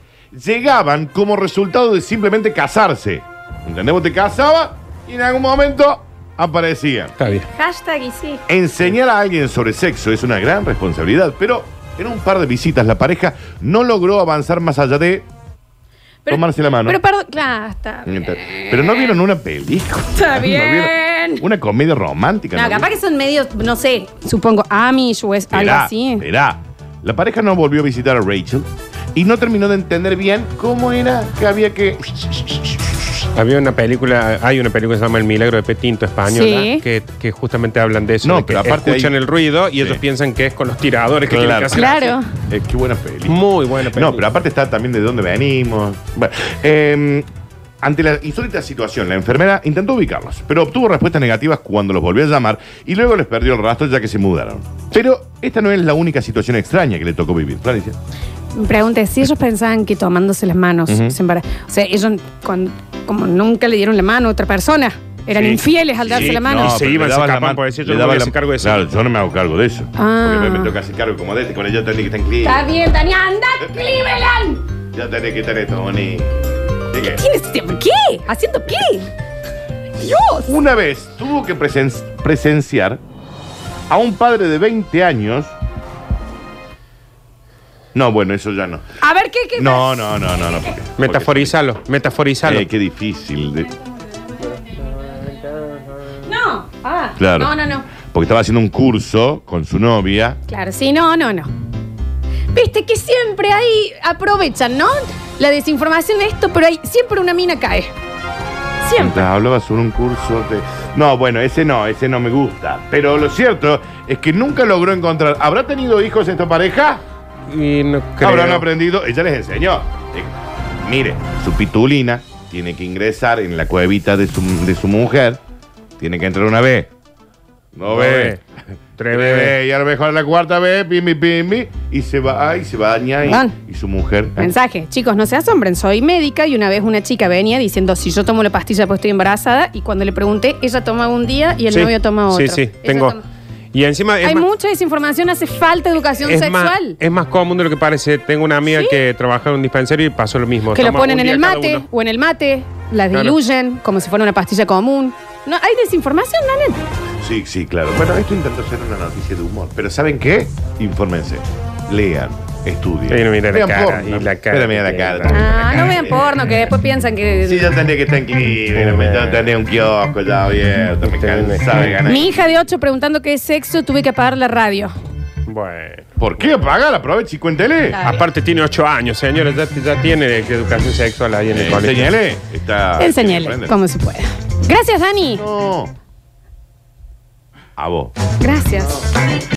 [SPEAKER 4] llegaban como resultado de simplemente casarse. ¿Entendés? Vos te casabas y en algún momento aparecían.
[SPEAKER 2] Está bien.
[SPEAKER 1] Hashtag y sí.
[SPEAKER 4] Enseñar a alguien sobre sexo es una gran responsabilidad, pero en un par de visitas la pareja no logró avanzar más allá de
[SPEAKER 1] Pero-
[SPEAKER 4] tomarse la mano.
[SPEAKER 1] Pero perdón, claro, está.
[SPEAKER 4] Pero no vieron una película.
[SPEAKER 1] Está
[SPEAKER 4] ¿No vieron
[SPEAKER 1] bien.
[SPEAKER 4] Una comedia romántica.
[SPEAKER 1] No,
[SPEAKER 4] ¿no
[SPEAKER 1] capaz
[SPEAKER 4] vieron?
[SPEAKER 1] que son medios, no sé, supongo Amish o es algo
[SPEAKER 4] Verá,
[SPEAKER 1] así.
[SPEAKER 4] verá. La pareja no volvió a visitar a Rachel y no terminó de entender bien cómo era que había que.
[SPEAKER 2] Había una película, hay una película que se llama El Milagro de Petinto Española,
[SPEAKER 1] Sí.
[SPEAKER 2] que, que justamente hablan de eso.
[SPEAKER 4] No,
[SPEAKER 2] de que
[SPEAKER 4] pero aparte
[SPEAKER 2] escuchan
[SPEAKER 4] hay-
[SPEAKER 2] el ruido y
[SPEAKER 4] Sí.
[SPEAKER 2] ellos piensan que es con los tiradores que
[SPEAKER 4] Claro.
[SPEAKER 2] tienen que hacer.
[SPEAKER 1] Claro.
[SPEAKER 4] Eh, qué buena peli.
[SPEAKER 2] Muy buena película.
[SPEAKER 4] No, pero aparte está también de dónde venimos. Bueno, eh, ante la insólita situación, la enfermera intentó ubicarlos, pero obtuvo respuestas negativas cuando los volvió a llamar y luego les perdió el rastro ya que se mudaron. Pero esta no es la única situación extraña que le tocó vivir. Florencia.
[SPEAKER 1] Me pregunté si ellos pensaban que tomándose las manos se embara- O sea, ellos con- como nunca le dieron la mano a otra persona. Eran
[SPEAKER 4] Sí.
[SPEAKER 1] infieles al darse
[SPEAKER 4] Sí,
[SPEAKER 1] la mano.
[SPEAKER 4] no,
[SPEAKER 2] se
[SPEAKER 4] pero
[SPEAKER 2] iban, se
[SPEAKER 4] le daban la
[SPEAKER 2] escapaban
[SPEAKER 4] mano,
[SPEAKER 2] por decir, yo no
[SPEAKER 4] le
[SPEAKER 2] me
[SPEAKER 4] daban
[SPEAKER 2] voy a
[SPEAKER 4] la-
[SPEAKER 2] hacer cargo de eso.
[SPEAKER 4] Claro, yo no me hago cargo de eso.
[SPEAKER 1] Ah.
[SPEAKER 4] Porque me, me toca hacer cargo como de este, con ella tenés que estar en
[SPEAKER 1] Está
[SPEAKER 4] clínica.
[SPEAKER 1] bien, Dani, anda, Cleveland.
[SPEAKER 4] Ya tenés que estar en esto, Bonnie. Así que,
[SPEAKER 1] ¿Quién es este? ¿Qué? ¿Haciendo qué? Dios.
[SPEAKER 4] Una vez tuvo que presen- presenciar a un padre de 20 años. No, bueno, eso ya no.
[SPEAKER 1] A ver, ¿qué? qué
[SPEAKER 4] No, no, no, no, no. porque-
[SPEAKER 2] Metaforizalo,
[SPEAKER 4] porque-
[SPEAKER 2] metaforizalo.
[SPEAKER 4] Eh, qué difícil. de-
[SPEAKER 1] No. Ah,
[SPEAKER 4] Claro.
[SPEAKER 1] No, no, no.
[SPEAKER 4] Porque estaba haciendo un curso con su novia.
[SPEAKER 1] Claro, sí, no, no, no. Viste que siempre ahí aprovechan, ¿no? La desinformación de esto, pero ahí siempre una mina cae. Siempre.
[SPEAKER 4] Mientras hablaba sobre un curso de. No, bueno, ese no, ese no me gusta. Pero lo cierto es que nunca logró encontrar. ¿Habrá tenido hijos esta pareja?
[SPEAKER 2] Y no creo.
[SPEAKER 4] Habrán aprendido. Ella les enseñó. Eh, Mire, su pitulina tiene que ingresar en la cuevita de su, de su mujer. Tiene que entrar una vez. No ve.
[SPEAKER 2] Tres
[SPEAKER 4] Ve,
[SPEAKER 2] bebés.
[SPEAKER 4] Y a lo mejor la cuarta vez, pimbi, pimbi. Y se va, y se baña.
[SPEAKER 1] Van.
[SPEAKER 4] Y, y su mujer.
[SPEAKER 1] Mensaje, chicos, no se asombren, soy médica y una vez una chica venía diciendo si yo tomo la pastilla pues estoy embarazada y cuando le pregunté, ella toma un día y el
[SPEAKER 2] Sí,
[SPEAKER 1] novio toma otro.
[SPEAKER 2] Sí, sí,
[SPEAKER 1] Ella
[SPEAKER 2] tengo.
[SPEAKER 1] toma-
[SPEAKER 2] Y encima es
[SPEAKER 1] Hay
[SPEAKER 2] más-
[SPEAKER 1] mucha desinformación, hace falta educación
[SPEAKER 2] es más,
[SPEAKER 1] sexual.
[SPEAKER 2] es más común de lo que parece. Tengo una amiga
[SPEAKER 1] Sí.
[SPEAKER 2] que trabaja en un dispensario y pasó lo mismo.
[SPEAKER 1] que lo
[SPEAKER 2] Toma
[SPEAKER 1] ponen
[SPEAKER 2] un
[SPEAKER 1] en
[SPEAKER 2] día
[SPEAKER 1] el
[SPEAKER 2] cada
[SPEAKER 1] mate
[SPEAKER 2] uno.
[SPEAKER 1] o en el mate, las
[SPEAKER 2] Claro.
[SPEAKER 1] diluyen como si fuera una pastilla común. No, hay desinformación, Daniel.
[SPEAKER 4] Sí, sí, claro. Bueno, esto intentó ser una noticia de humor. Pero ¿saben qué? Infórmense. Lean, estudien.
[SPEAKER 2] Sí, no, mira la
[SPEAKER 4] Vean
[SPEAKER 2] cara,
[SPEAKER 4] porno.
[SPEAKER 2] y la cara
[SPEAKER 4] Pero mira
[SPEAKER 2] que
[SPEAKER 4] la
[SPEAKER 2] tiene.
[SPEAKER 4] cara.
[SPEAKER 1] Ah, no vean porno, que después piensan que...
[SPEAKER 4] Sí, yo tendría que estar en clínica, yo tendría un kiosco ya abierto, me cansaba de ganar.
[SPEAKER 1] Mi hija de 8 preguntando qué es sexo, tuve que apagar la radio.
[SPEAKER 2] Bueno.
[SPEAKER 4] ¿Por qué apagar? Aproveche y cuéntele.
[SPEAKER 1] Claro.
[SPEAKER 2] Aparte tiene ocho años, señores. Ya, ya tiene educación sexual ahí en el
[SPEAKER 4] Eh,
[SPEAKER 2] colegio.
[SPEAKER 4] Enseñale.
[SPEAKER 2] Ah,
[SPEAKER 4] Está,
[SPEAKER 1] Enseñale cómo se puede. Gracias, Dani.
[SPEAKER 4] No. A vos.
[SPEAKER 1] Gracias.